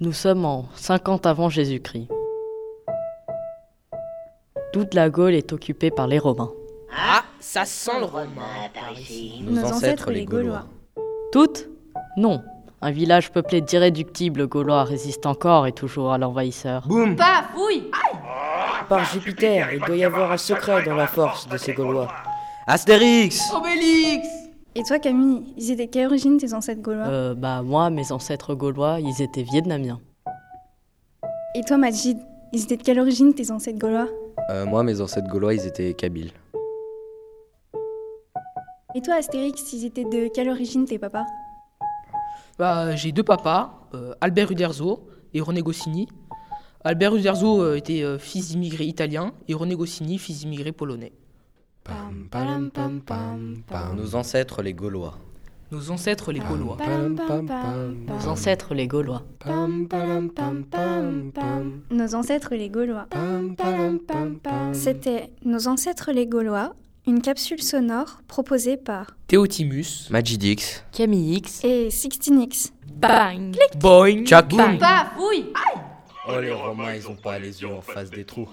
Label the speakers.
Speaker 1: Nous sommes en 50 avant Jésus-Christ. Toute la Gaule est occupée par les Romains.
Speaker 2: Ah, ça sent le romain par ici.
Speaker 3: Nos ancêtres les Gaulois.
Speaker 1: Toutes Non. Un village peuplé d'irréductibles Gaulois résiste encore et toujours à l'envahisseur.
Speaker 2: Boum
Speaker 4: Pas fouille
Speaker 5: Par Jupiter, il doit y avoir un secret dans la force de ces Gaulois.
Speaker 2: Astérix
Speaker 4: Obélix
Speaker 3: Et toi, Camille, ils étaient quelle origine tes ancêtres Gaulois
Speaker 1: Euh, bah moi, mes ancêtres Gaulois, ils étaient vietnamiens.
Speaker 3: Et toi, Majid, ils étaient de quelle origine tes ancêtres Gaulois
Speaker 6: Euh, moi, mes ancêtres gaulois, ils étaient kabyles.
Speaker 3: Et toi, Astérix, ils étaient de quelle origine tes papas
Speaker 7: Bah, j'ai deux papas, euh, Albert Uderzo et René Goscinny. Albert Uderzo euh, était euh, fils d'immigrés italiens et René Goscinny, fils d'immigrés polonais.
Speaker 8: Pam, pam, pam, pam, pam.
Speaker 6: Nos ancêtres, les Gaulois.
Speaker 7: Nos ancêtres, les Gaulois.
Speaker 8: Pam, pam, pam,
Speaker 1: Nos
Speaker 8: pam.
Speaker 1: ancêtres les Gaulois.
Speaker 8: Pam, pam, pam, pam, pam.
Speaker 3: Euh, Nos ancêtres les Gaulois.
Speaker 8: Pam, pam, pam, pam.
Speaker 3: C'était Nos ancêtres les Gaulois, une capsule sonore proposée par
Speaker 7: Théotimus,
Speaker 6: Magidix.
Speaker 1: Camille X,
Speaker 3: et Sixtinix.
Speaker 4: Bang
Speaker 7: Boing,
Speaker 6: Tchac
Speaker 7: Boum.
Speaker 4: Pas fouille
Speaker 6: Oh, les Romains, ils ont pas les yeux en face des trous.